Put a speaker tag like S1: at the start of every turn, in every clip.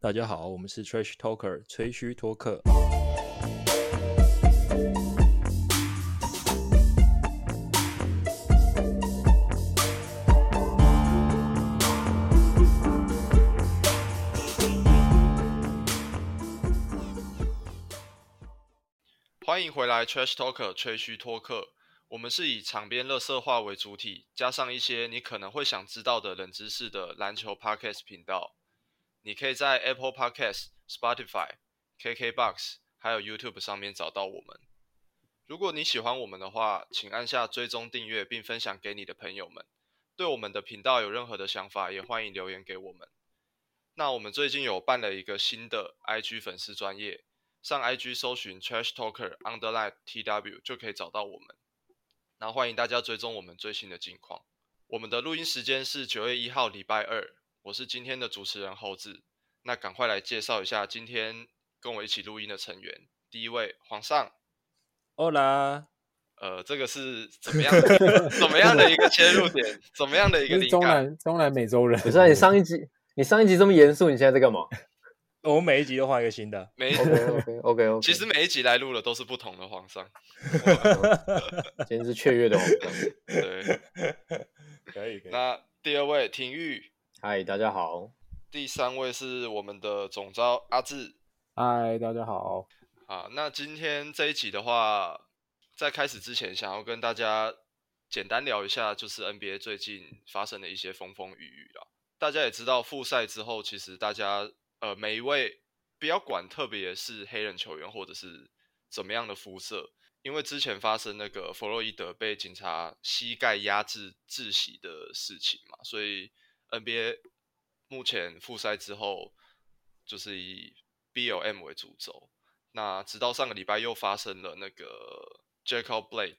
S1: 大家好，我们是 Trash Talker 吹嘘托客。
S2: 欢迎回来，Trash Talker 吹嘘托客。我们是以场边乐色话为主体，加上一些你可能会想知道的冷知识的篮球 Podcast 频道。你可以在 Apple Podcast、Spotify、KKBox 还有 YouTube 上面找到我们。如果你喜欢我们的话，请按下追踪订阅并分享给你的朋友们。对我们的频道有任何的想法，也欢迎留言给我们。那我们最近有办了一个新的 IG 粉丝专业，上 IG 搜寻 Trash Talker Underline TW 就可以找到我们。那欢迎大家追踪我们最新的近况。我们的录音时间是九月一号礼拜二，我是今天的主持人侯志。那赶快来介绍一下今天跟我一起录音的成员。第一位皇上，
S1: 欧啦，
S2: 呃，这个是怎么样的怎么样的一个切入点？怎么样的一个
S3: 你是
S2: 灵
S3: 中
S2: 感？
S3: 南中南美洲人，
S4: 不是、啊、你上一集，你上一集这么严肃，你现在在干嘛
S1: 哦我们每一集都换一个新的。
S2: 每一
S4: ？OK 哦 OK OK OK，
S2: 其实每一集来录的都是不同的皇 上。
S4: 今天是雀跃的晚上。
S2: 对，
S1: 可以可以。
S2: 那第二位廷玉，
S4: 嗨， 大家好，
S2: 第三位是我们的总招阿志。
S3: 嗨，大家好，
S2: 啊，那今天这一集的话，在开始之前，想要跟大家简单聊一下，就是 NBA 最近发生的一些风风雨雨啦。大家也知道，复赛之后，其实大家呃每一位不要管，特别是黑人球员或者是怎么样的肤色，因为之前发生那个弗洛伊德被警察膝盖压制窒息的事情嘛，所以 NBA 目前复赛之后就是以 BLM 为主轴，那直到上个礼拜又发生了那个 Jacob Blake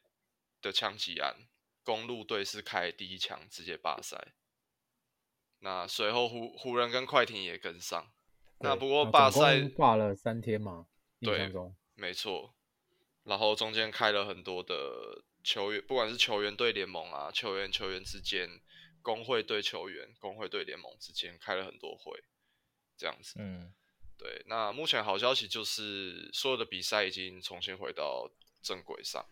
S2: 的枪击案，公路队是开第一枪直接罢赛。那随后湖湖人跟快艇也跟上。那
S3: 对
S2: 不过
S3: 啊
S2: 罢
S3: 总
S2: 赛
S3: 共罢了三天嘛，印
S2: 对
S3: 象中
S2: 没错。然后中间开了很多的球员，不管是球员对联盟啊，球员球员之间，工会对球员、工会对联盟之间开了很多会，这样子。
S1: 嗯，
S2: 对，那目前好消息就是所有的比赛已经重新回到正轨上。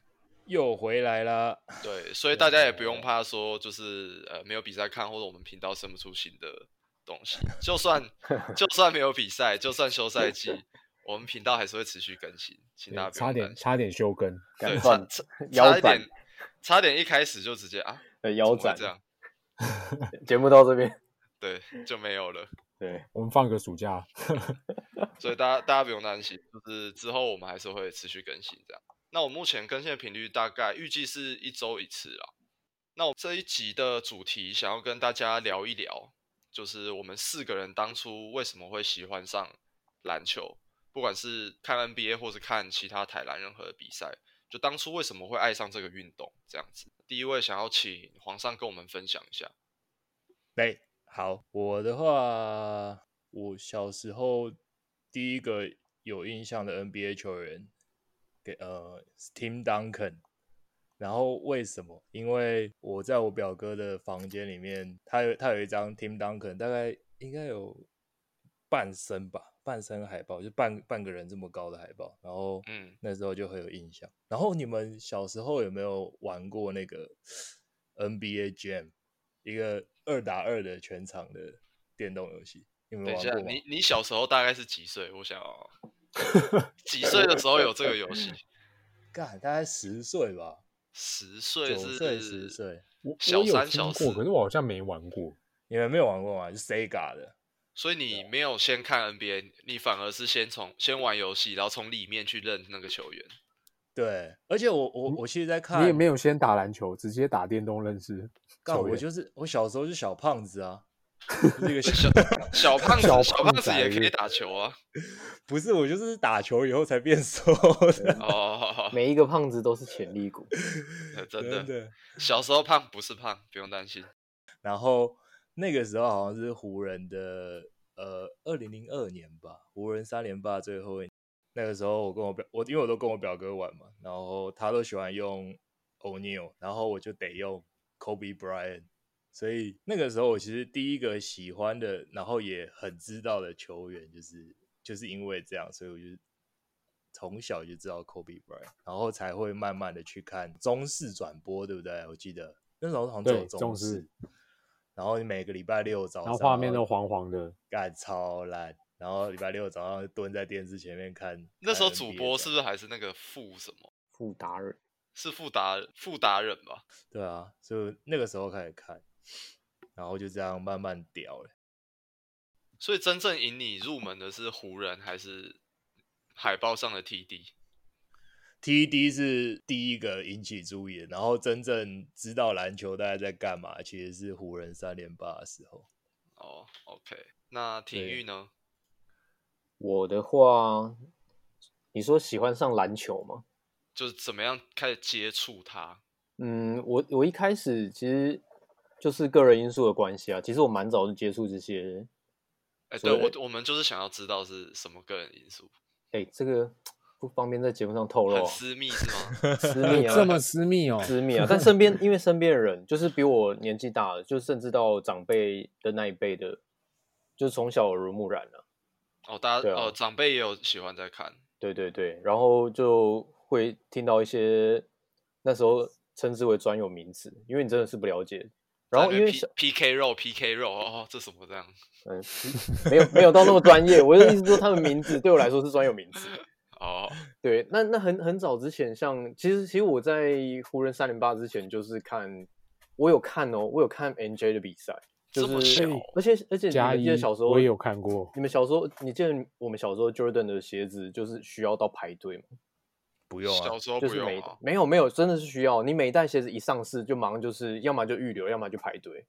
S1: 又回来啦。
S2: 对，所以大家也不用怕说就是呃没有比赛看，或者我们频道生不出新的东西。就算就算没有比赛，就算休赛季，我们频道还是会持续更新，请大家
S3: 对差
S2: 不用
S3: 点
S2: 担心
S3: 差点休更，
S2: 对，
S4: 赶
S2: 差
S4: 快
S2: 差
S4: 腰
S2: 差一
S4: 斩
S2: 点，差点一开始就直接啊，
S4: 呃，
S2: 怎
S4: 腰
S2: 么会
S4: 斩
S2: 这，样，
S4: 节目到这边，
S2: 对，就没有了。
S4: 对，
S3: 我们放个暑假，
S2: 所以大家大家不用担心，就是之后我们还是会持续更新这样。那我目前更新的频率大概预计是一周一次啦。那我这一集的主题想要跟大家聊一聊，就是我们四个人当初为什么会喜欢上篮球，不管是看 NBA 或是看其他台篮任何的比赛，就当初为什么会爱上这个运动这样子。第一位想要请皇上跟我们分享一下，
S1: 哎，好，我的话，我小时候第一个有印象的 NBA 球员，给呃是，Tim Duncan。然后为什么？因为我在我表哥的房间里面，他有他有一张 Tim Duncan，大概应该有半身吧，半身海报，就半半个人这么高的海报。然后，
S2: 嗯，
S1: 那时候就很有印象。然后你们小时候有没有玩过那个 NBA Jam，一个二打二的全场的电动游戏？你们
S2: 等一
S1: 玩
S2: 下，
S1: 过吗？
S2: 你你小时候大概是几岁？我 想要几岁的时候有这个游戏？
S1: 干，大概十岁吧，
S2: 十岁
S1: 九
S2: 是
S1: 岁十岁，
S3: 我
S2: 小
S3: 我有
S2: 三
S3: 听
S2: 小
S3: 过，
S2: 四
S3: 可是我好像没玩过，
S1: 你们没有玩过吗？是 Sega 的。
S2: 所以你
S1: 啊
S2: 没有先看 NBA，你反而是先从先玩游戏，然后从里面去认那个球员。
S1: 对，而且我我我其实在看，
S3: 嗯你也没有先打篮球，直接打电动认识
S1: 干，
S3: 球
S1: 我
S3: 员，
S1: 就是我小时候是小胖子 啊，就是一个小
S2: 小小胖子，
S3: 小
S2: 小
S3: 胖
S2: 胖子
S3: 仔
S2: 也可以
S3: 是
S2: 打球啊！
S1: 不是我就是打球以后才变瘦的，
S2: 哦，
S4: 每一个胖子都是潜力股，
S2: 真的，
S1: 的。
S2: 小时候胖不是胖，不用担心。
S1: 然后那个时候好像是湖人的呃二零零二年吧，湖人三连霸最后一那个时候我跟我表我因为我都跟我表哥玩嘛，然后他都喜欢用 O'Neal，然后我就得用 Kobe Bryant，所以那个时候，我其实第一个喜欢的，然后也很知道的球员，就是就是因为这样，所以我就从小就知道 Kobe Bryant，然后才会慢慢的去看中视转播，对不对？我记得那时候好像只有
S3: 对中视
S1: 视，然后你每个礼拜六早
S3: 然
S1: 上，
S3: 后画面都黄黄的，
S1: 干超烂，然后礼拜六早上蹲在电视前面看。
S2: 那时候
S1: 看
S2: 主
S1: NBA
S2: 播
S1: 这
S2: 是
S1: 样
S2: 不是还是那个傅什么？
S4: 富达人
S2: 是傅达傅达人吧？
S1: 对啊，所以那个时候开始看，然后就这样慢慢屌了。
S2: 所以真正引你入门的是湖人还是海报上的 TD？
S1: TED 是第一个引起注意的，然后真正知道篮球大家在干嘛，其实是湖人三连霸的时候。
S2: 哦，OK，那体
S1: 对
S2: 育呢？
S4: 我的话，你说喜欢上篮球吗？
S2: 就是怎么样开始接触它？
S4: 嗯，我我一开始其实就是个人因素的关系啊，其实我蛮早就接触这些。
S2: 哎、
S4: 所
S2: 对
S4: 以
S2: 我我们就是想要知道是什么个人因素，
S4: 哎，这个不方便在节目上透露
S2: 很
S4: 啊，
S2: 私密是吗？
S4: 私密啊，
S5: 这么私密哦，
S4: 私密啊。但身边因为身边的人就是比我年纪大的，就甚至到长辈的那一辈的，就是从小耳濡目染了、
S2: 哦，大家、
S4: 对啊
S2: 哦，长辈也有喜欢在看，
S4: 对对对，然后就会听到一些那时候称之为专有名词，因为你真的是不了解。然后
S2: 在那
S4: 因为
S2: 边
S4: 小
S2: P P K 肉 P K 肉哦，这什么这样？
S4: 嗯，没有没有到那么专业，我的意思说他们名字对我来说是专有名词。
S2: 哦，
S4: 对，那那很很早之前像，其实其实我在湖人三零八之前就是看，我有看哦，我有看 NJ 的比赛，就
S2: 这么
S4: 是
S2: 小
S4: 而且而且你
S3: 加
S4: 们
S3: 一
S4: 记得小时候
S3: 我也有看过，
S4: 你们小时候你记得我们小时候 Jordan 的鞋子就是需要到排队吗？
S1: 不用啊
S2: 小，时候
S4: 就
S2: 不
S4: 是每
S2: 用啊，
S4: 没有没有真的是需要，你每一代鞋子一上市就忙就是要么就预留，要么就排队。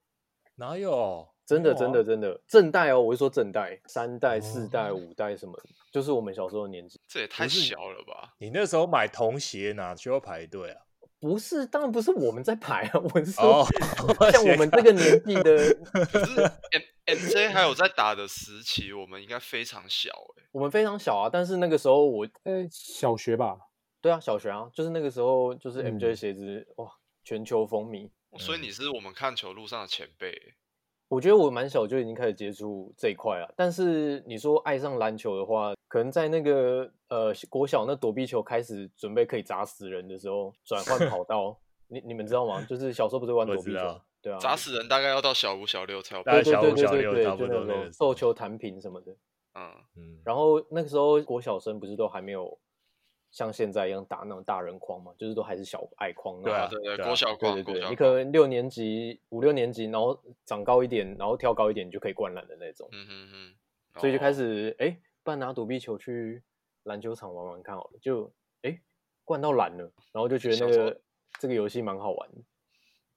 S1: 哪有？
S4: 真的，
S1: 没有
S4: 真
S1: 啊
S4: 的，真的，正代哦，我是说正代，三代、四
S1: 哦
S4: 代、五代什么的，就是我们小时候的年纪。
S2: 这也太小了吧？
S1: 你那时候买童鞋哪需要排队啊？
S4: 不是，当然不是我们在排啊，我是说
S1: 哦，
S4: 像我们这个年纪 的，
S2: 可 是 M M J 还有在打的时期，我们应该非常小哎、
S4: 我们非常小啊，但是那个时候我，
S3: 呃，小学 吧，
S4: 对啊，小学啊，就是那个时候就是
S3: 嗯
S4: MJ 鞋子、哇，全球风靡。
S2: 所以你是我们看球路上的前辈、欸。
S4: 我觉得我蛮小就已经开始接触这一块了，但是你说爱上篮球的话，可能在那个呃国小那躲避球开始准备可以砸死人的时候，转换 跑道，你你们知道吗？就是小时候不是玩
S1: 我
S4: 躲
S1: 知
S4: 避球
S1: 道，
S4: 对啊，
S2: 砸死人大概要到小五小六才有
S1: 大概
S2: 办
S4: 对
S2: 法。
S4: 对
S1: 小
S4: 对
S1: 五
S4: 对
S1: 小
S4: 对
S1: 六
S4: 对
S1: 差不
S4: 就那
S1: 多那
S4: 种
S1: 个时
S4: 斗
S1: 候
S4: 球弹平什么的。
S2: 嗯，
S1: 嗯，
S4: 然后那个时候国小生不是都还没有像现在一样打那种大人框嘛，就是都还是小矮框
S1: 对
S4: 那
S1: 啊
S4: 种。
S2: 对对，
S1: 对啊
S2: 郭小
S4: 对
S2: 光，
S4: 对
S2: 郭
S4: 对，
S2: 小
S4: 你可
S2: 光，
S4: 能六年级、五六年级，然后长高一点，然后跳高一点，你就可以灌篮的那种。
S2: 嗯哼哼，
S4: 所以就开
S2: 哦
S4: 始哎、诶不然拿躲避球去篮球场玩玩看好了，就哎、诶灌到篮了，然后就觉得那
S2: 小时候
S4: 个这个游戏蛮好玩的。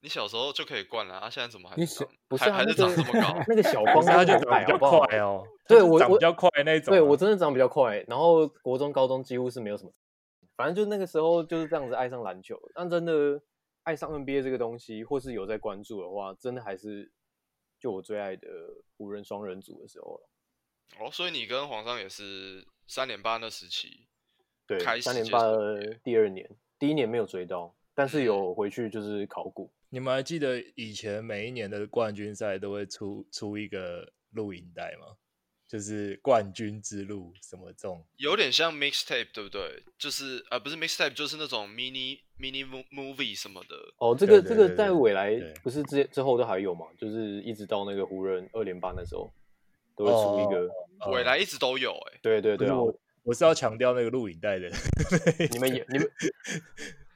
S2: 你小时候就可以灌篮，啊，现在怎么还
S3: 你
S2: 长
S3: 小
S4: 不是、
S2: 还
S4: 啊、
S2: 还
S4: 那
S2: 是长这么高
S4: 个？那个小
S1: 不
S4: 光
S1: 是他
S4: 真
S1: 就长
S4: 的很矮
S1: 比较
S4: 好不好？
S1: 快哦，
S4: 对
S1: 他就
S4: 我
S1: 长
S4: 我
S1: 比较快那种啊，
S4: 对我真的长比较快，然后国中、高中几乎是没有什么，反正就那个时候就是这样子爱上篮球。但真的爱上 NBA 这个东西，或是有在关注的话，真的还是就我最爱的湖人双人组的时候了。
S2: 哦，所以你跟皇上也是三连八那时期
S4: 对，
S2: 开始
S4: 三连
S2: 接
S4: 霸
S2: 触
S4: 的第二年，第一年没有追到，但
S2: 嗯
S4: 是有回去就是考古。
S1: 你们还记得以前每一年的冠军赛都会出出一个录影带吗？就是冠军之路什么这种，
S2: 有点像 mixtape，对不对？就是呃，不是 mixtape，就是那种 mini mini mo- movie 什么的。
S4: 哦，这
S1: 对
S4: 个
S1: 对
S4: 这个
S1: 对
S4: 在
S1: 对
S4: 未来
S1: 对
S4: 不是之之后都还有嘛？就是一直到那个湖人二连霸那时候，都会出一个。
S1: 呃
S2: 未来一直都有哎、
S4: 对对对啊，
S1: 我我是要强调那个录影带的，
S4: 你们也你们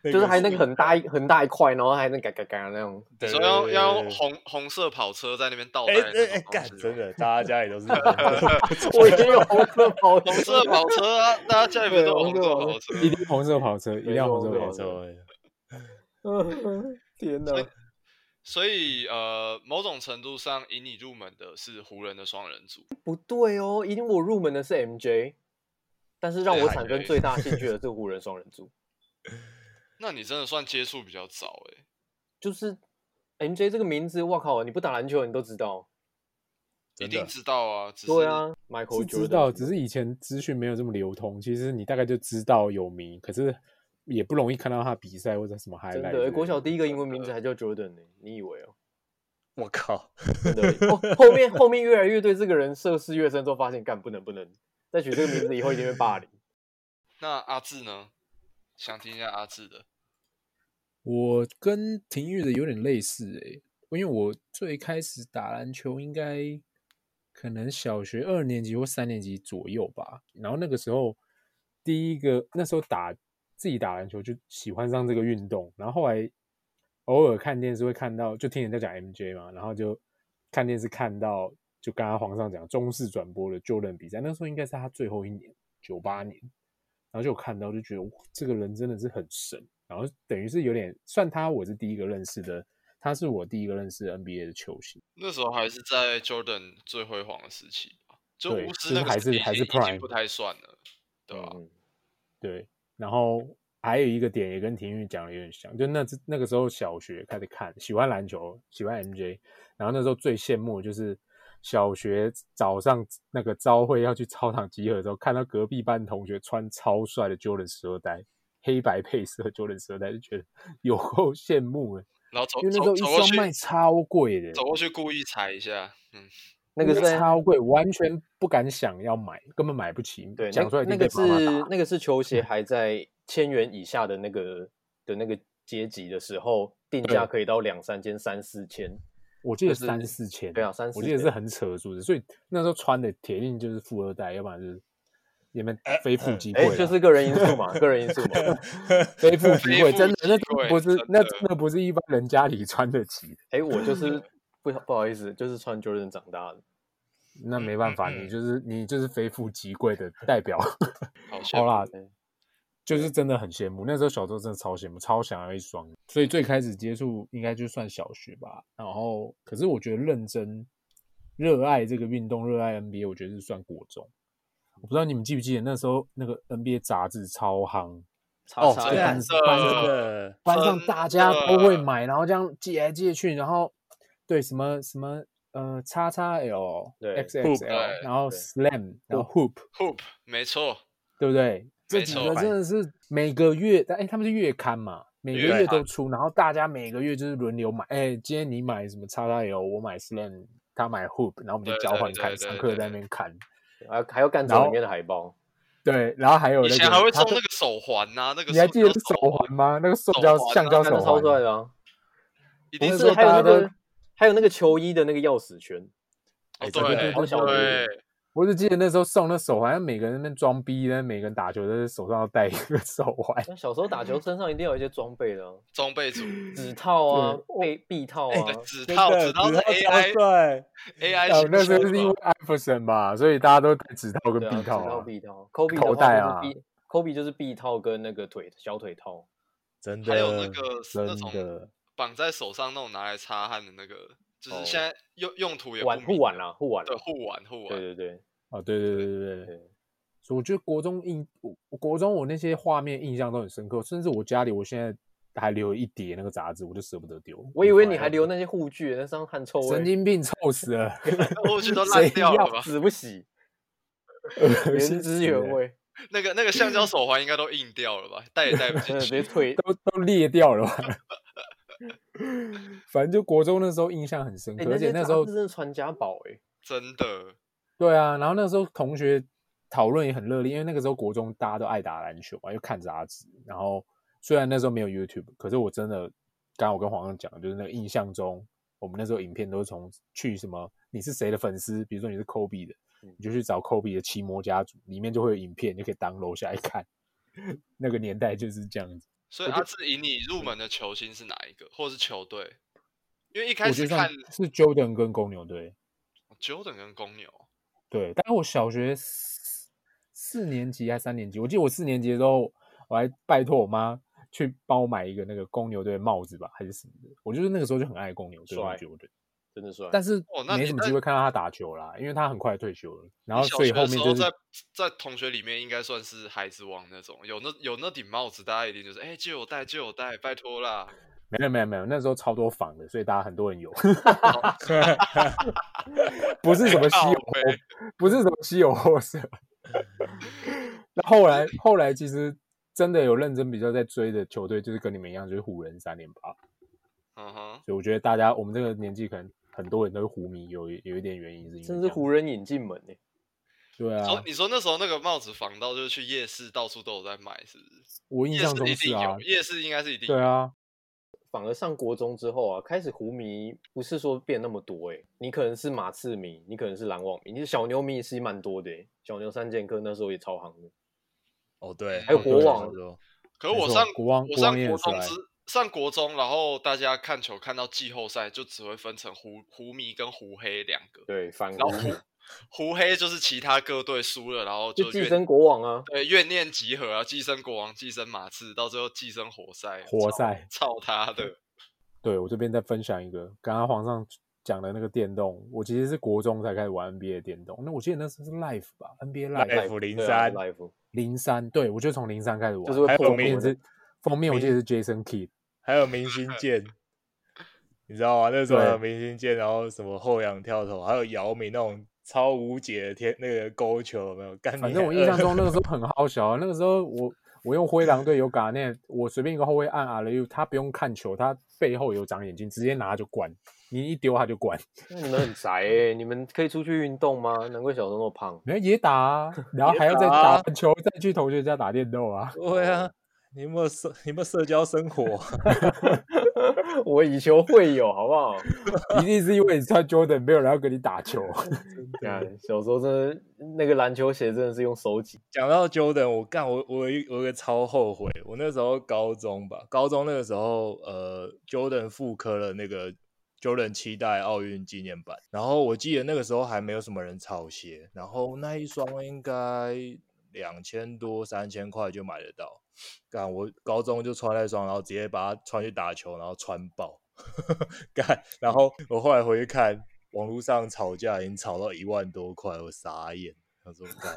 S1: 那
S4: 就是还那个很大一很大一块，然后还能嘎嘎嘎那样。
S1: 对，
S2: 所以要
S1: 对
S2: 要
S1: 对
S2: 用
S1: 对
S2: 红红色跑车在那边倒带
S1: 哎哎
S2: 那
S1: 哎
S2: 种东西
S1: 干，
S2: 吗
S1: 真的，大家家里都是
S4: 我已经有红色跑车
S2: 红色
S4: 了，
S2: 跑车啊，大家家里面都有红
S4: 对
S2: 色跑车。
S3: 一辆红色跑车，一
S4: 没
S3: 辆
S4: 错
S3: 红色
S4: 没
S3: 跑
S1: 没
S4: 错
S3: 车，
S1: 错，
S4: 天哪！
S2: 所以呃，某种程度上引你入门的是湖人的双人组，
S4: 不对哦，引我入门的是 MJ，但是让
S2: 对
S4: 我
S2: 还
S4: 产
S2: 可
S4: 生
S2: 以
S4: 最大兴趣的是湖人双人组，
S2: 那你真的算接触比较早哎、
S4: 就是 MJ 这个名字，哇靠，你不打篮球你都知道。
S2: 一
S1: 真
S2: 定
S1: 的
S2: 知道啊，只是
S4: 对啊，Michael
S3: 是
S4: Jordan
S3: 知道，只是以前资讯没有这么流通，其实你大概就知道有名，可是也不容易看到他比赛或者什么 highlight 之
S4: 真
S3: 类。
S4: 的，国小第一个英文名字还叫 Jordan 呢、你以为哦？
S1: 我靠，
S4: 真 的。后后面后面越来越对这个人涉世越深，之后发现干不能不能再取这个名字，以后一定会霸凌。
S2: 那阿志呢？想听一下阿志的。
S5: 我跟廷玉的有点类似诶、因为我最开始打篮球应该可能小学二年级或三年级左右吧，然后那个时候第一个那时候打自己打篮球就喜欢上这个运动，然后后来偶尔看电视会看到，就听人家讲 MJ 嘛，然后就看电视看到就刚刚皇上讲中视转播的 Jordan 比赛，那时候应该是他最后一年，九八年，然后就有看到就觉得哇，这个人真的是很神，然后等于是有点算他我是第一个认识的，他是我第一个认识的 NBA 的球星。
S2: 那时候还是在 Jordan 最辉煌的时期吧，就
S5: 对
S2: 巫
S5: 就是
S2: 师那个
S5: 还
S2: 时
S5: 是
S2: 期已
S5: 还是
S2: 经已
S5: Prime
S2: 经不太算了，对
S5: 啊
S2: 吧、
S4: 嗯，
S5: 对，然后还有一个点也跟廷玉讲的有点像，就那次那个时候小学开始看，喜欢篮球，喜欢 MJ，然后那时候最羡慕的就是小学早上那个朝会要去操场集合的时候，看到隔壁班同学穿超帅的 Jordan 十二代，黑白配色 Jordan 十二代，就觉得 有够羡慕的，
S2: 然后走
S5: 因为那时
S2: 走走
S5: 候一
S2: 过
S5: 双
S2: 去
S5: 卖超贵的，
S2: 走过去故意踩一下，嗯，
S4: 那个是在
S5: 超贵，完全不敢想要买，根本买不起，
S4: 对，
S5: 讲出来就
S4: 那那个
S5: 被啊
S4: 是
S5: 妈妈打
S4: 那个是球
S5: 嗯
S4: 鞋还在千元以下的那个的那个阶级的时候，定价
S5: 对
S4: 可以到两三千、三四千。
S5: 我记得
S4: 就是
S5: 三四千，
S4: 对啊三四
S5: 我记得
S4: 千
S5: 是很扯的数字，所以那时候穿的铁定就是富二代，要不然就是也没非富即贵啊
S4: 哎
S5: 啦，，
S4: 就是个人因 素嘛，个人因素嘛。
S5: 非富即
S2: 非
S5: 贵，
S2: 富
S5: 真
S2: 即
S5: 的那真的不
S2: 贵
S5: 是
S2: 真
S5: 那
S2: 的
S5: 那不是一般人家里穿得起的，
S4: 哎，我就是不不好意思，就是穿 Jordan 长大的。
S5: 那没办法，
S2: 嗯嗯
S5: 你就是你就是非富即贵的代表。
S2: 好羡
S5: 好
S2: 慕。
S5: 啦
S4: 对，
S5: 就是真的很羡慕，那时候小时候真的超羡慕，超想要一双。所以最开始接触应该就算小学吧。然后，可是我觉得认真热爱这个运动，热爱 NBA，我觉得是算国中。我不知道你们记不记得那时候那个 NBA 杂志超夯，
S4: 叉
S5: 哦这个
S4: 叉
S1: 哦真
S5: 班
S1: 的
S5: 是班
S1: 真
S5: 上
S1: 的
S5: 班
S2: 真
S5: 上大家
S2: 的
S5: 都会买，然后这样借来借去，然后对什么什么呃叉叉 L
S4: 对
S1: Hoop，
S5: XXL，
S2: 对
S5: 然后
S4: 对
S5: Slam，然后 Hoop，
S2: Hoop 没错，
S5: 对不对？这
S2: 没
S5: 几
S2: 错
S5: 个真的是每个月，哎，他们是月刊嘛，每个
S2: 月
S5: 月都出，然后大家每个月就是轮流买，哎，今天你买什么叉叉 L，我买 Slam，他买 Hoop，然后我们就
S2: 对
S5: 交换
S2: 对
S5: 看，
S2: 对
S5: 上
S2: 对
S5: 课
S2: 对
S5: 在那边看，
S4: 还还要干
S5: 然
S4: 走
S5: 后
S4: 里面的海报。
S5: 对，然后还有
S2: 以
S5: 那
S2: 前还
S5: 个
S2: 会
S5: 他
S2: 送那个手环呐、那个
S5: 你还
S2: 塑
S5: 记得
S2: 胶
S5: 是手环吗？那个塑
S2: 手
S5: 胶
S2: 环啊
S5: 橡胶
S4: 看
S5: 手
S4: 着超帅
S5: 环，
S4: 的啊！
S2: 一定
S4: 不
S2: 是
S5: 那时
S4: 是
S5: 候
S4: 还有
S5: 大
S4: 那
S5: 家都
S4: 个还有那个球衣的那个钥匙圈，
S2: 哦，
S5: 哎
S2: 对
S5: 对对
S4: 对对
S2: 对，
S5: 我只记得那时候送那手环，然后每个人在那边装逼，然后每个人打球都是手上要戴一个手环，
S4: 那小时候打球身上一定要有一些装备的啊，
S2: 装备 组，
S4: 指套啊
S5: 对、
S4: 臂臂套啊
S2: 对，指
S1: 真
S2: 套，
S1: 的
S2: 指套是
S1: 指超
S2: AI
S1: 帅
S2: AI
S5: 呃
S2: 型，
S5: 那时候
S2: 手
S5: 是因
S2: 环
S5: 为艾弗森嘛，所以大家都戴指套跟
S4: 对啊，
S5: 臂
S4: 指
S5: 套
S4: 套
S5: 啊。
S4: 臂套。Kobe 的
S5: 口
S4: 话
S5: 袋
S4: 就是
S5: 啊
S4: 臂，Kobe 就是臂套跟那个腿小腿套。
S1: 真的
S2: 还有那个那
S5: 真的
S2: 种绑在手上那种拿来擦汗的那个，就是
S4: 哦
S2: 现在用用途也不
S4: 玩护
S2: 明
S4: 腕啦，护腕啦
S2: 啊对，护腕护
S4: 对
S2: 腕，
S4: 对对
S5: 啊，对对对对对，
S4: 对，
S5: 所以我觉得国中印，我我国中我那些画面印象都很深刻，甚至我家里我现在还留一叠那个杂志，我就舍不得丢。
S4: 我以为你
S2: 啊
S5: 放在
S4: 还留那些护具，那身上汗臭
S5: 神
S4: 味，
S5: 经病，臭死 了，
S2: 我觉得都烂
S5: 谁
S2: 掉了吧？
S4: 死不 洗，
S5: 恶心
S4: 原
S5: 死
S4: 汁原
S5: 了，
S4: 味，
S2: 那个那个橡胶手环应该都硬掉了吧？戴也戴不
S4: 真
S2: 进
S4: 的 别
S2: 去。
S4: 腿
S5: 都都裂掉了吧。 反正就国中那时候印象很深
S4: 哎，
S5: 刻，而且
S4: 些
S5: 那时
S4: 杂
S5: 候
S4: 志真的传家宝哎，
S2: 真的，
S5: 对啊，然后那时候同学讨论也很热烈，因为那个时候国中大家都爱打篮球嘛，又看杂志。然后虽然那时候没有 YouTube，可是我真的，刚刚我跟黄上讲的，就是那个印象中，我们那时候影片都是从去什么你是谁的粉丝，比如说你是 Kobe 的，你就去找 Kobe 的奇摩家族，里面就会有影片，你就可以当楼下来看。 那个年代就是这样子。
S2: 所以阿志以你
S5: 嗯
S2: 入门的球星是哪一个，或是球队？因为一开
S5: 我觉
S2: 始
S5: 得像
S2: 看哦
S5: 是 Jordan 跟公牛队，
S2: Jordan 跟公牛，
S5: 对，但是我小学四四年级还三年级，我记得我四年级的时候，我还拜托我妈去帮我买一个那个公牛队的帽子吧，还是什么的。我就是那个时候就很爱公牛队，我
S4: 帅
S5: 觉得，
S4: 真的帅。
S5: 但是
S2: 哦那
S5: 没
S2: 你
S5: 什么
S2: 那
S5: 机会看到他打球啦，因为他很快退休了。然
S2: 你
S5: 后
S2: 小
S5: 所以
S2: 学
S5: 后
S2: 的时
S5: 面
S2: 候
S5: 就
S2: 在
S5: 是
S2: 在同学里面应该算是孩子王那种，有那有那顶帽子，大家一定就是哎、借我戴借我戴，拜托啦。
S5: 没有没有没有，那时候超多仿的，所以大家很多 人有，
S1: 哦
S5: 不是什么稀
S2: 靠
S5: 有
S2: 北
S5: 货，不是什么稀有货 色。那后来后来其实真的有认真比较在追的球队，就是跟你们一样，就是湖人三连霸。
S2: 嗯哼，
S5: 所以我觉得大家我们这个年纪可能很多人都是湖迷，有一有一点原因是因为
S4: 甚
S5: 这
S4: 至
S5: 样
S4: 湖人引进门呢、哎
S5: 对
S2: 哦
S5: 啊，，
S2: 你说那时候那个帽子防盗，就是去夜市到处都有在卖，是不是？
S5: 我印
S2: 夜
S5: 象
S2: 市
S5: 中
S2: 一
S5: 是
S2: 定
S5: 啊
S2: 有，，夜市应该是一定
S5: 对
S2: 有。
S5: 啊，
S4: 反而上国中之后啊，开始湖迷不是说变那么多哎、你可能是马刺迷，你可能是篮网迷，你是小牛迷是蛮多的、欸，小牛三剑客那时候也超行的，
S1: 哦，对，
S4: 还有国
S1: 对
S4: 网
S1: 差不多
S2: 可是
S5: 没
S2: 我
S5: 错
S2: 上
S5: 国王
S2: 我
S5: 国
S2: 上
S5: 王也
S2: 国
S5: 很
S2: 中
S5: 帅
S2: 之上国中，然后大家看球看到季后赛，就只会分成湖湖迷跟湖黑两个，
S4: 对，反
S2: 然后
S4: 湖
S2: 湖湖黑就是其他各队输了，然后
S4: 就寄
S2: 怨
S4: 生国王啊，
S2: 对怨念集合啊，寄生国王，寄生马刺，到最后寄生活塞，
S5: 活
S2: 操
S5: 塞，
S2: 操他 的！
S5: 对我这边再分享一个，刚刚皇上讲的那个电动，我其实是国中才开始玩 NBA 的电动。那我记得那时候是 Life 吧，NBA
S1: Live
S5: Life
S1: F 零
S4: 对啊
S1: 三
S4: l i f e
S5: 零三，对我就从零三开始玩。
S4: 就是会
S1: 还有
S4: 破
S5: 封面
S1: 名
S4: 的
S5: 是封面，我记得是 Jason Kidd。
S1: 还有明星剑，你知道吗？那时候
S5: 对
S1: 还有明星剑，然后什么后仰跳投，还有姚明那种超无解的天那个勾球，有没有？干
S5: 反
S1: 你
S5: 正我印象中那个时
S1: 候
S5: 候很好小啊，那个时候我我用灰狼队有嘎内，我随便一个后卫按 R U，他不用看球，他背后有长眼睛，直接拿就灌，你一丢他就灌。
S4: 那你们很宅哎、你们可以出去运动吗？难怪小时候那么胖。
S5: 然后也打、啊，然后还要再
S1: 也打啊
S5: 打完球再去同学家打电动啊。
S1: 对啊，你有没有社你有没有社交生活？
S4: 我以球会友，好不好？
S5: 一定是因为你穿 Jordan，没有人要跟你打球。
S4: 看啊小时候真的那个篮球鞋真的是用手挤，
S1: 讲到 Jordan，我干我我有一我有一个超后悔，我那时候高中吧，高中那个时候，呃，Jordan 复刻了那个 Jordan 七代奥运纪念版，然后我记得那个时候还没有什么人炒鞋，然后那一双应该两千多三千块就买得到，干我高中就穿那双，然后直接把它穿去打球，然后穿爆，干，然后我后来回去看网络上吵架，已经吵到一万多块，我傻眼，想说干。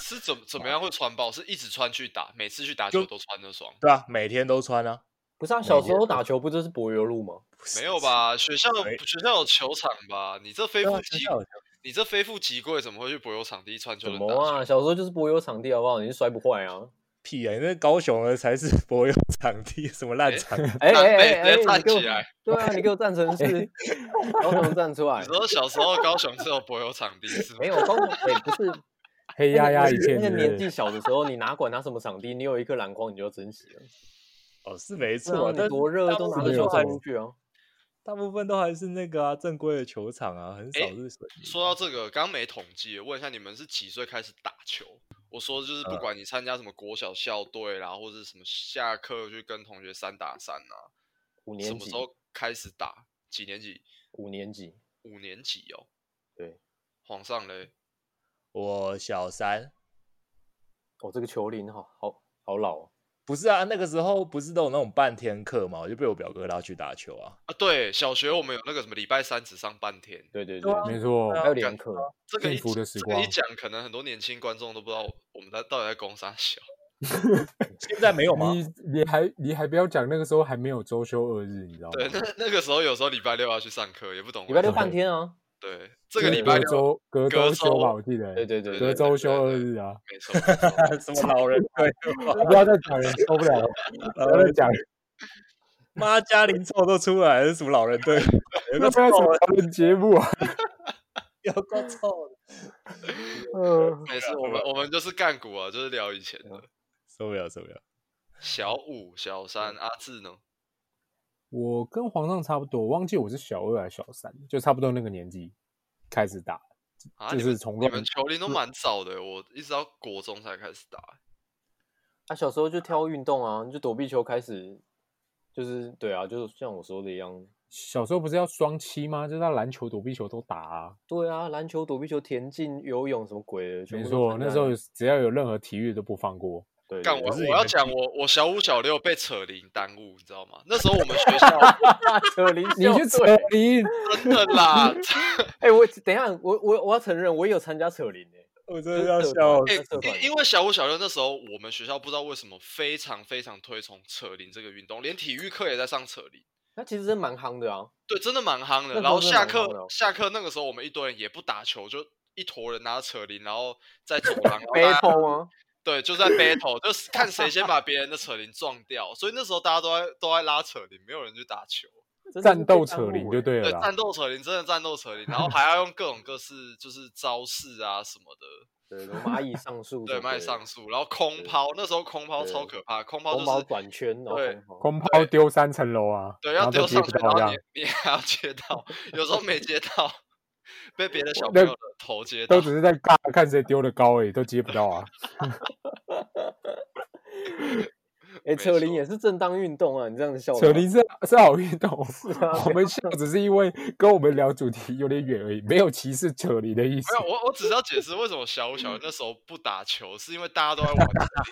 S2: 是怎么怎么样会穿爆？是一直穿去打，每次去打
S1: 就
S2: 球都穿那双？
S1: 对啊，每天都穿啊。
S4: 不是啊？小时候打球不就是柏油路吗？
S2: 没有吧？学校
S4: 哎
S1: 没
S2: 学校有球场吧？你这非
S1: 对啊？
S2: 富
S1: 学
S2: 即
S1: 校有
S2: 你这非富即贵，怎么会去柏油场地穿球
S4: 什
S2: 人打
S4: 么啊？
S2: 球？
S4: 小时候就是柏油场地，好不好？你是摔不坏啊？
S1: 屁啊！你那高雄的才是 柏油场地，什么烂场地？
S4: 哎
S2: 南
S4: 哎
S2: 北直
S4: 哎哎，
S2: 接
S4: 你
S2: 站
S4: 给我
S2: 起来！
S4: 对啊，你给我站成是，高雄站出来
S2: 你，说小时候高雄是有柏油场地是吗
S4: 啊没？有高雄哎，不是
S5: 黑 压压一片，
S4: 那
S5: 对
S4: 个年
S5: 不对
S4: 纪小的时候，你哪管他什么场地，你有一颗篮筐你就要珍惜了。
S1: 哦，是没
S4: 是
S1: 错、
S4: 啊，
S1: 啊，但是
S4: 你多热
S1: 大
S4: 都
S1: 部
S4: 拿
S1: 分
S4: 着
S5: 没
S4: 球
S5: 有
S1: 都
S4: 拍
S1: 还
S5: 穿
S4: 出去啊。
S1: 大部分都还是那个啊正规的球场啊，很少
S2: 哎
S1: 是水泥。
S2: 说到这个，刚没统计，问一下你们是几岁开始打球？我说的就是
S4: 嗯
S2: 不管你参加什么国小校队啦，或者什么下课去跟同学三打三啊，
S4: 五
S2: 什
S4: 年
S2: 么
S4: 级
S2: 时，候开始打？几年级？
S4: 五年级，
S2: 五年级哦。
S4: 对，
S2: 皇上嘞，
S1: 我小三
S4: 哦，这个球龄好好好老哦。
S1: 不是啊，那个时候不是都有那种半天课嘛，我就被我表哥拉去打球啊。
S2: 啊，对，小学我们有那个什么礼拜三只上半天，
S4: 对对
S1: 对
S4: 对
S1: 啊，
S5: 没错，
S4: 还有联课，
S2: 这个一
S5: 幸福的时
S2: 这个一
S5: 光
S2: 讲，可能很多年轻观众都不知道我们在到底在攻啥小。
S1: 现在没有吗？
S5: 你你还你还不要讲，那个时候还没有周休二日，你知道
S2: 对，那
S5: 吗？
S2: 那个时候有时候礼拜六要去上课，也不懂为
S4: 礼拜六
S2: 什么
S4: 半天啊。
S2: 对，这个
S5: 就是
S2: 礼拜
S5: 隔
S2: 六
S5: 周隔
S2: 隔
S5: 周休吧，
S2: 周
S5: 我记得
S4: 对对对
S5: 隔
S4: 对，
S5: 周休二日啊，
S2: 没错，没 错
S1: 什么老人对话？
S5: 不要再讲人受不了了，不要再讲了，
S1: 妈，嘉玲臭都出来了，是什么老人对话？有
S5: 那
S1: 个
S5: 不
S1: 臭
S5: 要什么
S1: 的，
S5: 讨论节目啊？
S1: 有个臭的，
S5: 嗯
S2: 没事，我们我们就是干股啊，就是聊以前的
S1: 受不了，受不了。
S2: 小五、小三、阿志呢。
S5: 我跟皇上差不多，我忘记我是小二还是小三，就差不多那个年纪开始打，
S2: 啊，
S5: 就
S2: 你
S5: 是
S2: 们
S5: 从
S2: 你
S5: 乱
S2: 们球龄都蛮早的，我一直到国中才开始打。
S4: 他小时候就挑运动啊，就躲避球开始，就是对啊，就像我说的一样，
S5: 小时候不是要双七吗？就是要篮球、躲避球都打啊。
S4: 对啊，篮球、躲避球、田径、游泳什么鬼的，全
S5: 没
S4: 部都
S5: 错，
S4: 参加
S5: 那时候只要有任何体育都不放过。
S4: 对
S2: 干
S4: 对
S2: 我
S1: 可是你
S2: 我要
S1: 们
S2: 讲我我小五小六被扯铃耽误，你知道吗？那时候我们学校
S4: 对扯铃
S5: 你
S2: 啊
S4: 校
S5: 去扯
S4: 队
S5: 铃，
S2: 真的啦，
S4: 哎、我等一下，我我我要承认，我有参加扯铃诶、
S1: 我
S4: 就
S1: 真
S4: 是
S1: 的要
S4: 社
S1: 笑
S4: 团
S2: 欸
S4: 在社团
S2: 因因为小五小六那时候，我们学校不知道为什么非常非常推崇扯铃这个运动，连体育课也在上扯铃。
S4: 那其实真蛮夯的啊，
S2: 对，真的蛮夯
S4: 那时候
S2: 的。然后
S4: 真的
S2: 下
S4: 蛮
S2: 课
S4: 夯的哦
S2: 下课那个时候，我们一堆人也不打球，就一坨人拿着扯铃，然后在走廊
S4: 背
S2: 然后大家
S4: 头吗？
S2: 对，就在 battle，就是看谁先把别人的扯铃撞掉。所以那时候大家都在都在拉扯铃，没有人去打球。
S4: 真的是
S3: 战斗
S4: 被
S3: 扯
S4: 耽误
S3: 铃
S4: 欸
S3: 就对了
S2: 对，
S3: 啦
S2: 战。斗扯铃真的战斗 扯铃，然后还要用各种各式就是招式啊什么的，
S4: 对，什么蚂蚁上树什
S2: 对，
S4: 么
S2: 卖
S4: 的
S2: 上，树，然后空抛，那时候空抛
S4: 对
S2: 超可怕，空抛
S4: 红毛
S2: 就是
S4: 转圈，然后
S2: 对
S4: 红毛
S3: 空抛丢三层楼啊，
S2: 对
S3: 然
S2: 要
S3: 后
S2: 丢
S3: 都
S2: 上
S3: 接
S2: 去
S3: 不，
S2: 然
S3: 到这
S2: 后
S5: 啊
S3: 样
S2: 你，你还要接到，有时候没接到，被别的小
S3: 我
S2: 朋
S3: 那
S2: 友的头接到
S3: 都，只是在尬看谁丢的高而已，都接不到啊。
S4: 哎，扯铃
S2: 错
S4: 也是正当运动啊！你这样子笑
S3: 扯
S4: 我
S3: 铃是是好运动，
S4: 啊
S3: 我们笑只是因为跟我们聊主题有点远而已，没有歧视扯铃的意思
S2: 没。有，我我只是要解释为什么小五
S3: 嗯
S2: 小六那时候不打球，是因为大家都在玩。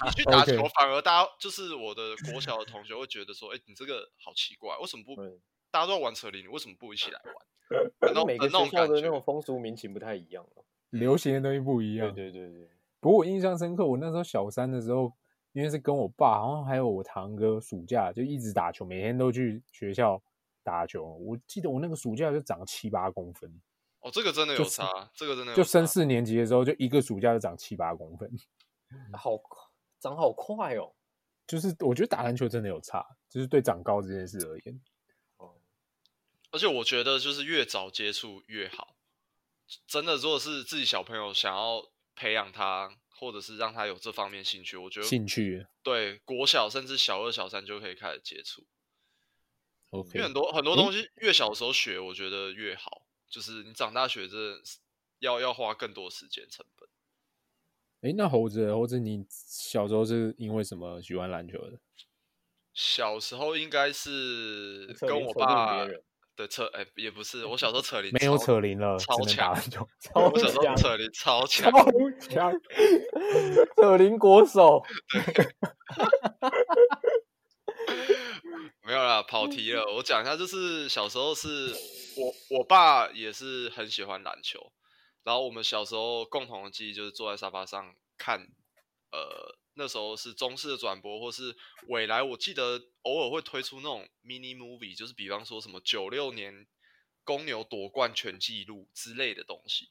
S2: 你去打
S3: OK
S2: 球，反而大家就是我的国小的同学会觉得说，哎、你这个好奇怪，为什么不
S3: 嗯
S4: 对
S2: 大家都在玩扯铃，你为什么不一起来玩？ 的那种
S4: 每
S2: 的
S4: 个
S2: 那种
S4: 学校
S2: 感
S4: 的那
S2: 觉，
S4: 种风俗民情不太一样啊
S3: 流行的东西不一
S4: 对
S3: 样。
S4: 对对对，
S3: 不过我印象深刻，我那时候小三的时候，因为是跟我爸，好像还有我堂哥，暑假就一直打球，每天都去学校打球。我记得我那个暑假就长七八公分，
S2: 哦，这个真的有
S3: 就是
S2: 差，这个真的有
S3: 就
S2: 差
S3: 升四年级的时候，就一个暑假就长七八公分。
S4: 好长好快哦。
S3: 就是我觉得打篮球真的有差，就是对长高这件事而言，
S2: 而且我觉得就是越早接触越好。真的，如果是自己小朋友想要培养他，或者是让他有这方面兴趣，我觉得
S5: 兴趣
S2: 对国小甚至小二、小三就可以开始接触，因为
S5: ，OK，
S2: 很多很多东西越小的时候学，我觉得越好。就是你长大学真的是要要花更多时间成本。
S5: 哎，那猴子，猴子，你小时候是因为什么喜欢篮球的？
S2: 小时候应该是
S4: 扯
S2: 呃跟
S4: 铃
S2: 我
S4: 扯不赢
S2: 爸
S4: 别人
S2: 的扯，哎、也不是，我小时候扯铃
S3: 没有
S2: 超
S3: 扯铃了，
S2: 超
S3: 只能
S2: 强
S3: 打篮球，
S4: 超
S2: 我小时候
S4: 强
S2: 扯铃超强，
S3: 超强。
S4: 扯铃 国手，
S2: 没有啦，跑题了。我讲一下，就是小时候是我我爸也是很喜欢篮球，然后我们小时候共同的记忆就是坐在沙发上看，呃，那时候是中式的转播，或是未来我记得偶尔会推出那种 mini movie，就是比方说什么九六年公牛夺冠全纪录之类的东西。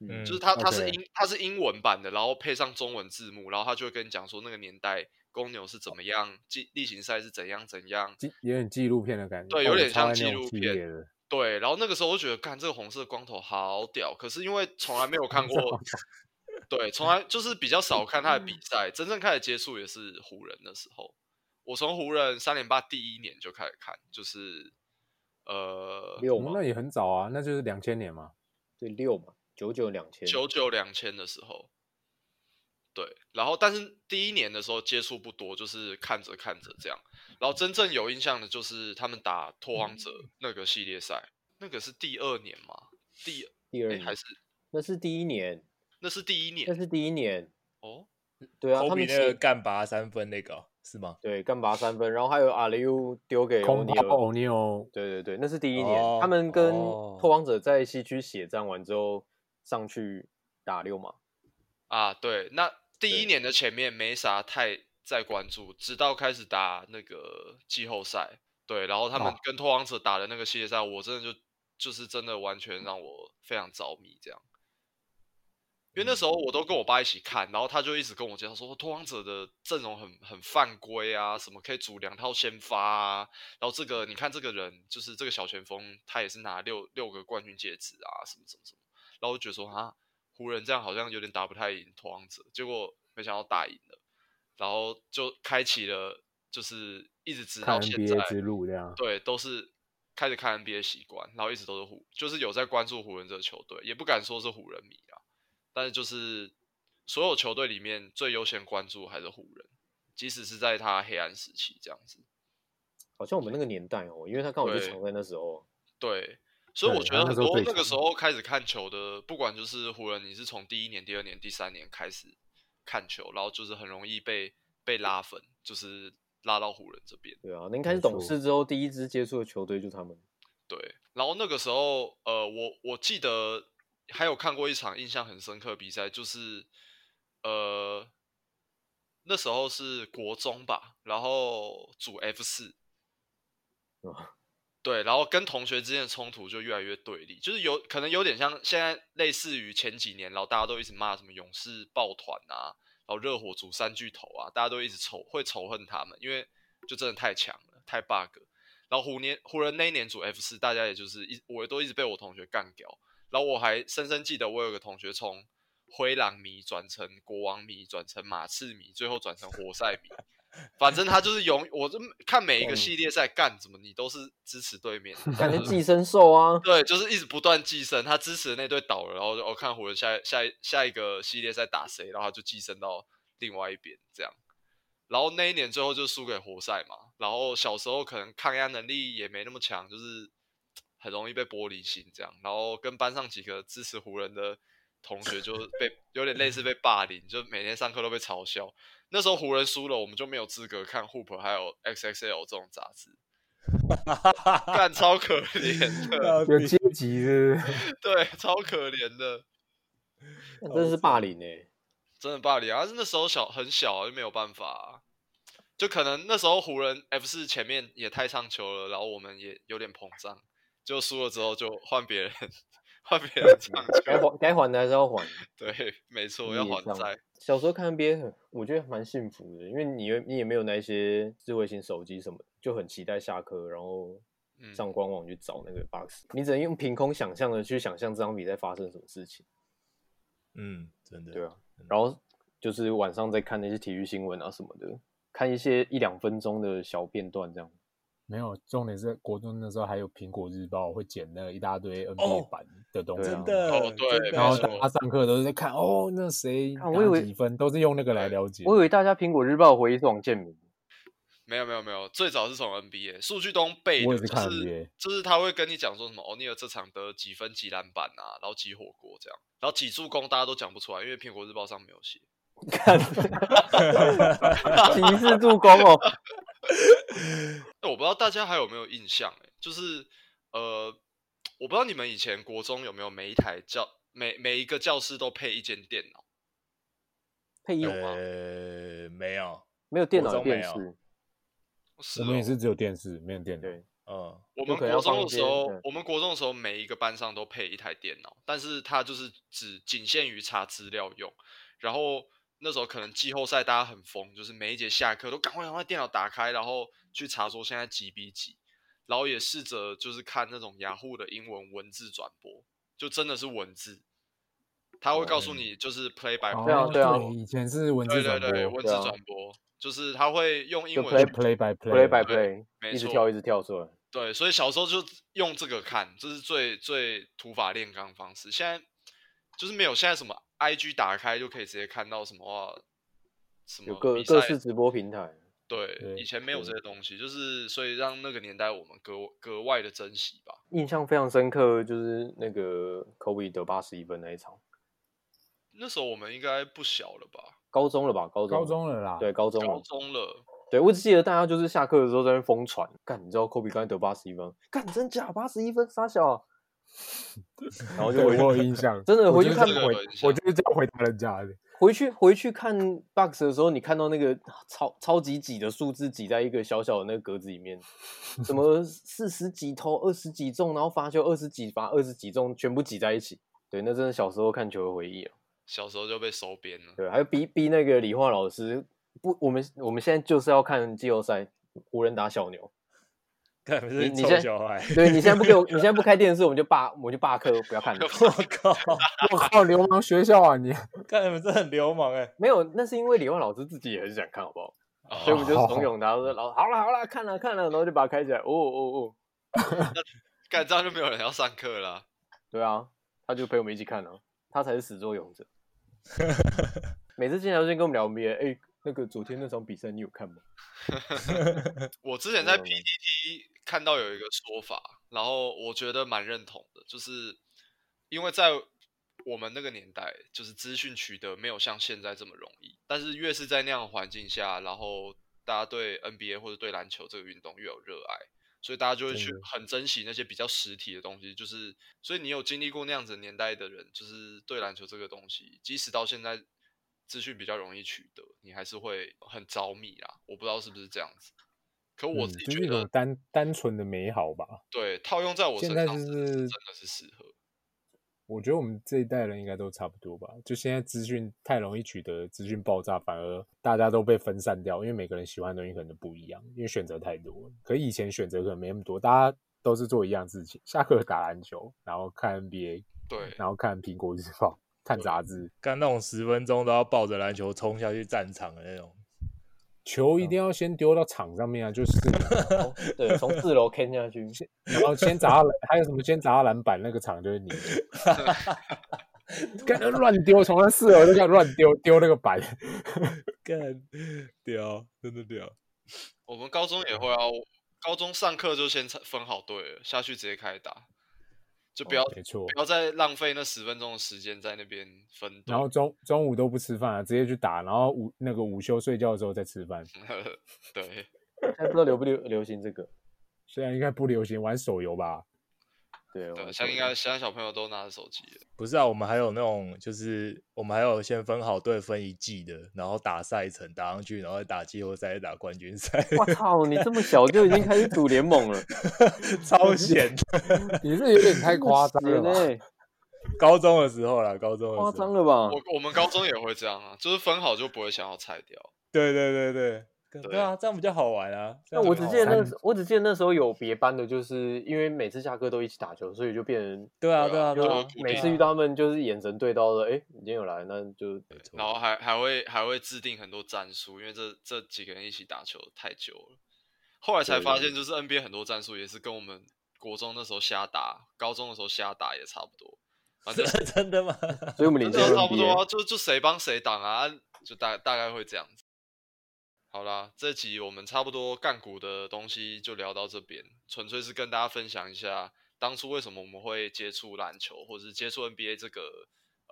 S1: 嗯
S2: 就是它它是
S3: OK
S2: 英它是英文版的，然后配上中文字幕，然后他就会跟你讲说那个年代公牛是怎么样，季例行赛是怎样怎样，
S3: 纪有点纪录片的感觉，
S2: 对
S3: 哦
S2: 有
S3: 我
S2: 点
S3: 超
S2: 像
S3: 爱那
S2: 纪
S3: 种
S2: 录
S3: 系
S2: 片
S3: 列的
S2: 对，然后那个时候我就觉得，干这个红色光头好屌，可是因为从来没有看过，对，从来就是比较少看他的比赛，真正开始接触也是湖人的时候。我从湖人三连霸第一年就开始看，就是呃
S4: 六
S3: 哦
S4: 嘛
S3: 那，也很早啊，那就是两千年嘛。
S4: 对六嘛，九九两千，
S2: 九九两千的时候，对，然后但是第一年的时候接触不多，就是看着看着这样，然后真正有印象的就是他们打拓荒者那个系列赛，那个是第二年嘛，第
S4: 第二
S2: 哎
S4: 年
S2: 还是
S4: 那是第一年，
S2: 那是第一
S4: 那
S2: 年
S4: 是第一年，
S2: 哦。
S4: 对啊，他
S1: 科比
S4: 们
S1: 那个
S4: 前
S1: 干拔三分那个哦是吗？
S4: 对干拔三分，然后还有阿雷乌丢给欧
S3: 空
S4: 尼
S3: 抛
S4: 尔，
S3: 欧尼尔，
S4: 对对对，那是第一年，
S1: 哦
S4: 他们跟
S1: 哦
S4: 拓荒者在西区血战完之后上去打六嘛，
S2: 啊，对，那第
S4: 对
S2: 一年的前面没啥太在关注，直到开始打那个季后赛，对，然后他们
S4: 哦
S3: 啊
S2: 跟拓荒者打的那个系列赛，我真的就就是真的完全让我非常着迷这样。因为那时候我都跟我爸一起看，然后他就一直跟我介绍说，哦拓荒者的阵容很很犯规啊，什么可以组两套先发啊，然后这个你看这个人就是这个小前锋，他也是拿六六个冠军戒指啊，什么什么什么，然后我就觉得说啊，湖人这样好像有点打不太赢拓荒者，结果没想到打赢了，然后就开启了就是一直直
S3: 看
S2: 到现在
S3: NBA 之路这 样。
S2: 对，都是开始看 NBA 习惯，然后一直都是湖，就是有在关注湖人这个球队，也不敢说是湖人迷啊，但是就是所有球队里面最优先关注还是湖人，即使是在他黑暗时期这样子。
S4: 好像我们那个年代哦，因为他刚好就
S2: 对
S4: 藏在那时候，
S2: 对，所以我
S3: 对
S2: 觉
S3: 他
S2: 得
S3: 那
S2: 很
S3: 时候
S2: 多
S3: 最
S2: 那个
S3: 强
S2: 时候开始看球的，不管就是湖人，你是从第一年、第二年、第三年开始看球，然后就是很容易被被拉粉，就是拉到湖人这边。
S4: 对啊，那应该是
S3: 没
S4: 懂
S3: 错
S4: 事之后第一支接触的球队就 他们，
S2: 对，然后那个时候，呃，我我记得还有看过一场印象很深刻的比赛，就是呃，那时候是国中吧，然后组 F 四
S4: 哇，
S2: 对，然后跟同学之间的冲突就越来越对立，就是有可能有点像现在类似于前几年，然后大家都一直骂什么勇士抱团啊，然后热火组三巨头啊，大家都一直仇会仇恨他们，因为就真的太强了，太 bug 了。然后湖年湖人那一年组 F 四，大家也就是一我都一直被我同学干掉。然后我还深深记得，我有个同学从灰狼迷转成国王迷，转成马刺迷，最后转成活塞迷。反正他就是永，我这看每一个系列赛干怎么，你都是支持对面的，
S4: 感觉寄生兽啊，
S2: 对，就是一直不断寄生。他支持的那队倒了，然后就哦看湖人下一下一下一个系列赛打谁，然后他就寄生到另外一边这样。然后那一年最后就输给活塞嘛。然后小时候可能抗压能力也没那么强，就是很容易被玻璃心这样。然后跟班上几个支持湖人的同学就被有点类似被霸凌，就每天上课都被嘲笑。那时候湖人输了，我们就没有资格看 Hoop 还有 XXL 这种杂志，干超可怜的。
S1: 啊
S5: 啊
S3: 有阶级是 不是
S2: 对， 超可怜的，
S4: 那真的是霸凌哎、
S2: 真的霸凌啊！但是那时候小很小啊、就没有办法啊、就可能那时候湖人 F 四前面也太上球了，然后我们也有点膨胀，就输了之后就换别人， 换别人 上
S4: 该
S2: 球。
S4: 还该还的还是要还。
S2: 对，没错，要
S4: 你也
S2: 还
S4: 这样
S2: 债。
S4: 小时候看 NBA 很，我觉得蛮幸福的，因为你也你也没有那些智慧型手机什么的，就很期待下课，然后
S2: 嗯
S4: 上官网去找那个 box，、你只能用凭空想象的去想象这场比赛发生什么事情，
S1: 嗯，真的，
S4: 对啊，然后就是晚上再看那些体育新闻啊什么的，看一些一两分钟的小片段这样。
S5: 没有，重点是国中那时候还有苹果日报会剪那一大堆
S1: 哦
S5: NBA 版的东西，
S4: 对啊
S1: 真的，
S2: 哦对
S1: 真的
S5: 然后
S2: 没错
S5: 大家上课都是在看哦，那谁
S4: 啊我以
S5: 拿
S4: 为
S5: 几分，都是用那个来了解。
S4: 我以为大家苹果日报回忆是王建民，
S2: 没有没有没有，最早是从 NBA 数据东背
S5: 我
S2: 的，
S5: 也是
S2: 就
S5: 看
S2: 是
S5: NBA
S2: 就是他会跟你讲说什么欧尼尔这场得几分几篮板啊，然后几火锅这样，然后几助攻大家都讲不出来，因为苹果日报上没有写。
S4: 看骑士助攻哦，
S2: 欸我不知道大家还有没有印象、欸，就是呃，我不知道你们以前国中有没有每一台教每每一个教室都配一间电脑，
S4: 配音吗？
S1: 呃，没有，
S4: 没有电脑
S1: 国
S4: 有
S1: 中没
S4: 电
S1: 有
S4: 视，
S2: 是
S5: 我们也
S2: 哦
S5: 是只有电视，没有电脑。
S4: 对，
S1: 嗯，
S2: 我
S4: 就
S2: 们
S4: 可
S2: 国
S4: 能要放
S2: 中的
S4: 一
S2: 时
S4: 间
S2: 候
S4: 对，
S2: 我们国中的时候，每一个班上都配一台电脑，但是它就是只仅限于查资料用。然后那时候可能季后赛大家很疯，就是每一节下课都赶快赶快电脑打开，然后去查说现在几比几，然后也试着就是看那种雅虎的英文文字转播，就真的是文字，他会告诉你就是 play by
S5: 哦
S4: 对
S2: play，、
S4: 啊哦对啊
S5: 以前是文字
S2: 对
S5: 转
S2: 对
S5: 播
S2: 对，文字
S4: 对啊
S2: 转播，就是他会用英
S4: 就
S2: 文
S4: play
S2: 去
S5: play by play，play
S4: play by
S2: 对
S4: play，
S2: 没
S4: 一直
S2: 错
S4: 跳一直跳出来。
S2: 对，所以小时候就用这个看，这是最最土法炼钢的方式。现在就是没有现在什么 IG 打开就可以直接看到什么哇什么
S4: 有各
S2: 比
S4: 各
S2: 赛
S4: 式直播平台，
S2: 对，
S5: 对
S2: 以前没有这些东西，就是所以让那个年代我们格格外的珍惜吧。
S4: 印象非常深刻，就是那个 Kobe 得八十一分那一场，
S2: 那时候我们应该不小了吧？
S4: 高中了吧？高中，
S5: 高中了啦。
S4: 对，，高中
S2: 高
S4: 了。
S2: 中了，
S4: 对我只记得大家就是下课的时候在那边疯传，干，你知道 Kobe 刚才得八十一分，干，真假八十一分，傻小啊、然后就
S5: 对
S4: 回去
S5: 我有印象，
S4: 真的
S5: 我
S4: 回去
S5: 就是
S4: 看
S5: 这样
S2: 我
S5: 回
S2: 有印，象
S5: 我就是这样回答人家的。
S4: 回去回去看 Box 的时候，你看到那个超超级挤的数字挤在一个小小的那个格子里面，什么四十几投二十几中，然后罚球二十几罚二十几中，全部挤在一起。对，那真的小时候看球的回忆啊。
S2: 小时候就被收编了。
S4: 对，还有逼逼那个理化老师不，我们我们现在就是要看季后赛，湖人打小牛。
S1: 看不
S4: 你
S1: 是
S4: 你
S1: 臭
S4: 现在
S1: 小孩，
S4: 对你现在不给我，你现在不开电视，我们就罢，我们就罢课，不要看了。
S1: 我靠，
S5: 我靠，流氓学校啊你！
S1: 看你们真的很流氓哎，
S4: 没有，那是因为理化老师自己也很想看，好不好？
S2: 哦
S4: 所以我们就怂恿他说：“老好了好了，看了看了。”然后就把它开起来。哦哦哦，
S2: 干这样就没有人要上课啦。
S4: 对啊，他就陪我们一起看啊，他才是始作俑者。每次进来都先跟我们聊 NBA，哎、那个昨天那场比赛你有看吗？
S2: 我之前在
S4: 没有没有
S2: PTT 看到有一个说法，然后我觉得蛮认同的，就是因为在我们那个年代，就是资讯取得没有像现在这么容易，但是越是在那样的环境下，然后大家对 NBA 或者对篮球这个运动越有热爱，所以大家就会去很珍惜那些比较实体的东西。就是，所以你有经历过那样子的年代的人，就是对篮球这个东西，即使到现在资讯比较容易取得，你还是会很着迷啦。我不知道是不是这样子，可我
S5: 嗯
S2: 自己
S5: 就是
S2: 觉
S5: 一
S2: 得，
S5: 种单单纯的美好吧。
S2: 对，套用在我身
S5: 现
S2: 上
S5: 在
S2: 是
S5: 就是
S2: 真的是适合。
S5: 我觉得我们这一代人应该都差不多吧。就现在资讯太容易取得，资讯爆炸，反而大家都被分散掉，因为每个人喜欢的东西可能不一样，因为选择太多了。可以前选择可能没那么多，大家都是做一样事情：下课打篮球，然后看 NBA，
S2: 对，
S5: 然后看苹果日报，看杂志。
S1: 干那种十分钟都要抱着篮球冲下去战场的那种，
S5: 球一
S2: 嗯
S5: 定要先丢到场上面啊，就是
S4: 从哦对，从四楼 K 下去，
S5: 然后先砸到篮，还有什么先砸到篮板，那个场就是 你的。干乱丢，从那四楼就开始乱丢，丢那个板。
S2: 哦
S1: 干屌，真的屌。
S2: 我们高中也
S5: 嗯
S2: 会啊，我高中上课就先分好队了，下去直接开打，就不要、
S5: 没错
S2: 不。要再浪费那十分钟的时间在那边分队
S5: 然。后中中午都不吃饭啊，直接去打，然后午那个午休睡觉的时候再吃饭。
S2: 对，
S4: 现在不知道流不流流行这个。
S5: 现在应该不流行玩手游吧？
S4: 对，
S2: 对，
S4: 我
S2: 现在应该现在小朋友都拿着手机了。
S1: 不是啊，我们还有那种，就是我们还有先分好队分一季的，然后打赛程打上去，然后再打季后赛，再打冠军赛，
S4: 我操，你这么小就已经开始组联盟了，
S1: 超闲的。
S5: 你是有点太夸张了吧？
S4: 哎，
S1: 高中的时候啦，高中的时候，
S4: 夸张了
S1: 嗯
S4: 吧？
S2: 我我们高中也会这样啊，就是分好就不会想要拆掉。
S1: 对对对对，对
S2: 对
S1: 啊，这样比较好玩啊。这
S4: 那
S1: 样
S4: 我
S1: 比较
S4: 只
S1: 好
S4: 记得
S1: 玩
S4: 那时，我只记得那时候有别班的，就是因为每次下课都一起打球，所以就变成
S1: 对啊对啊
S4: 就
S1: 对
S2: 啊
S1: 啊，
S2: 固
S4: 每
S2: 定
S4: 次
S2: 啊
S4: 遇 到他们就是眼神对到了，哎，你今天有来，那就
S2: 然后还还会还会制定很多战术，因为这这几个人一起打球太久了。后来才
S1: 对对
S2: 发现，就是 NBA 很多战术也是跟我们国中那时候瞎打，高中的时候瞎打也差不多，反正
S1: 真 的吗？
S4: 所以我们领
S2: 真
S4: 先
S2: 的差不多
S4: NBA
S2: 啊，。就就谁帮谁挡啊，就大大概会这样子。好啦，这集我们差不多干股的东西就聊到这边，纯粹是跟大家分享一下当初为什么我们会接触篮球，或者是接触 NBA 这个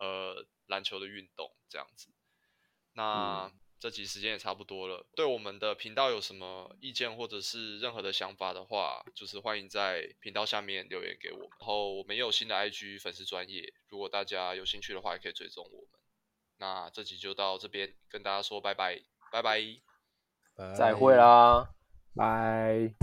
S2: 呃篮球的运动这样子。那、这集时间也差不多了，对我们的频道有什么意见或者是任何的想法的话，就是欢迎在频道下面留言给我们。然后我们也有新的 IG 粉丝专业，如果大家有兴趣的话，也可以追踪我们。那这集就到这边，跟大家说拜拜，拜拜。
S4: 再会啦。
S5: 拜。